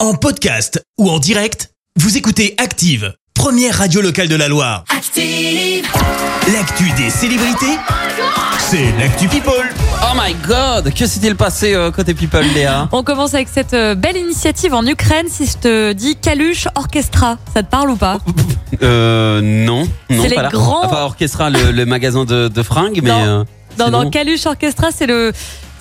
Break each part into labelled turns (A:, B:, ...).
A: En podcast ou en direct, vous écoutez Active, première radio locale de la Loire.
B: Active,
A: L'actu des célébrités, c'est l'actu People.
C: Oh my god, que s'est-il passé euh, côté people Léa
D: On commence avec cette euh, belle initiative en Ukraine. Si je te dis Kalush Orchestra, ça te parle ou pas
C: Oh, Euh non, non
D: C'est les
C: pas là.
D: grands-
C: Ah, pas orchestra le, le magasin de, de fringues mais
D: Non.
C: euh,
D: Non,
C: sinon-
D: non, Kalush Orchestra, c'est le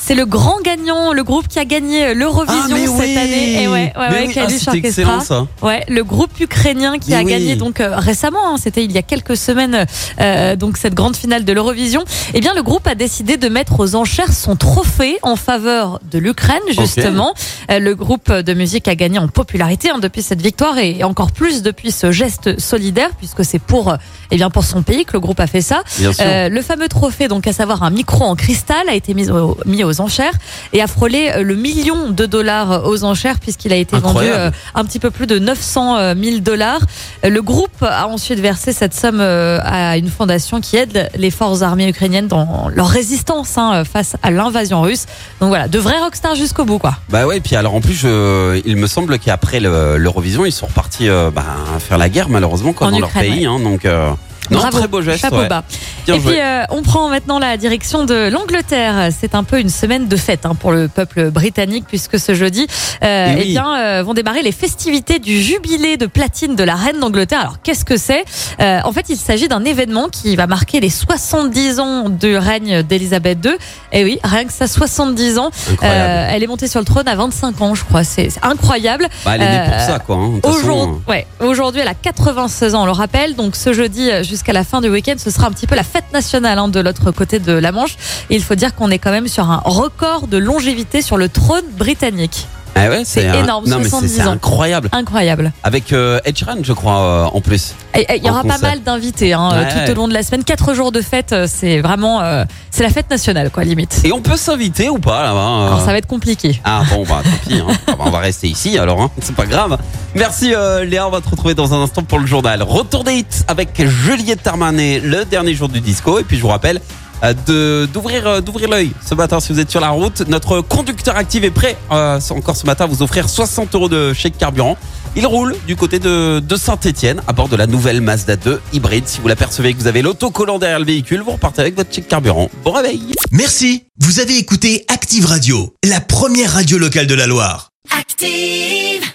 D: c'est le grand gagnant, le groupe qui a gagné
C: Ah,
D: l'Eurovision
C: mais
D: cette
C: oui
D: année. Et ouais, ouais,
C: Mais
D: ouais,
C: oui, ah,
D: Kalush
C: c'était
D: Orchestra.
C: excellent ça.
D: Ouais, le groupe ukrainien qui
C: Mais
D: a
C: oui.
D: gagné donc euh, récemment, hein, c'était il y a quelques semaines, euh, donc cette grande finale de l'Eurovision. Eh bien, le groupe a décidé de mettre aux enchères son trophée en faveur de l'Ukraine, justement. Euh, le groupe de musique a gagné en popularité hein, depuis cette victoire et encore plus depuis ce geste solidaire, puisque c'est pour, euh, eh bien, pour son pays que le groupe a fait ça.
C: Bien sûr.
D: Euh, le fameux trophée, donc à savoir un micro en cristal, a été mis, au- mis aux enchères et a frôlé euh, le million de dollars aux enchères puisqu'il a été vendu
C: Incroyable.
D: euh, un petit peu plus de 900 euh, 000 dollars. Euh, Le groupe a ensuite versé cette somme euh, à une fondation qui aide les forces armées ukrainiennes dans leur résistance hein, euh, face à l'invasion russe. Donc voilà, de vrais rockstars jusqu'au bout quoi.
C: Bah ouais, puis alors en plus je- il me semble qu'après le- l'Eurovision, ils sont repartis euh, bah, faire la guerre malheureusement quoi,
D: En
C: dans
D: Ukraine,
C: leur pays hein, donc euh, non,
D: Bravo.
C: très beau geste.
D: Chapeau
C: ouais.
D: bas.
C: Bien
D: Et
C: joué.
D: puis, euh, on prend maintenant la direction de l'Angleterre. C'est un peu une semaine de fête hein, pour le peuple britannique, puisque ce jeudi, euh,
C: Eh oui.
D: eh bien, euh, vont démarrer les festivités du jubilé de platine de la reine d'Angleterre. Alors, qu'est-ce que c'est Euh, En fait, il s'agit d'un événement qui va marquer les 70 ans du règne d'Élisabeth II. Et oui, rien que ça, 70 ans.
C: Incroyable.
D: Euh, elle est montée sur le trône à 25 ans, je crois. C'est c'est incroyable.
C: Bah, elle est née pour
D: euh,
C: ça quoi. hein, de toute façon,
D: Aujourd'hui, ouais, aujourd'hui, elle a 96 ans, on le rappelle. Donc ce jeudi euh, jusqu'à la fin du week-end, ce sera un petit peu la fête nationale hein, de l'autre côté de la Manche. Et il faut dire qu'on est quand même sur un record de longévité sur le trône britannique.
C: euh, ah ouais,
D: c'est
C: un-
D: énorme,
C: Non mais c'est-
D: 70
C: c'est
D: ans.
C: incroyable.
D: Incroyable.
C: Avec euh, Ed Sheeran je crois euh, en plus.
D: Et- et Il y
C: En
D: aura pas
C: concert.
D: mal d'invités hein, euh,
C: Ouais,
D: tout
C: ouais.
D: au long de la semaine. Quatre jours de fête, euh, c'est vraiment, euh, c'est la fête nationale quoi, limite.
C: Et on peut s'inviter ou pas là-bas euh,
D: Alors ça va être compliqué.
C: Ah bon, bah tant pis, hein. Ah, bah, on va rester ici alors, hein. c'est pas grave. Merci euh, Léa, on va te retrouver dans un instant pour le journal. Retour des hits avec Juliette Armanet, le dernier jour du disco. Et puis je vous rappelle euh, de d'ouvrir euh, d'ouvrir l'œil ce matin si vous êtes sur la route. Notre conducteur actif est prêt euh, encore ce matin à vous offrir 60 euros de chèque carburant. Il roule du côté de, de Saint-Etienne à bord de la nouvelle Mazda 2 hybride. Si vous l'apercevez et que vous avez l'autocollant derrière le véhicule, vous repartez avec votre chèque carburant. Bon réveil
A: Merci, vous avez écouté Active Radio, la première radio locale de la Loire.
B: active.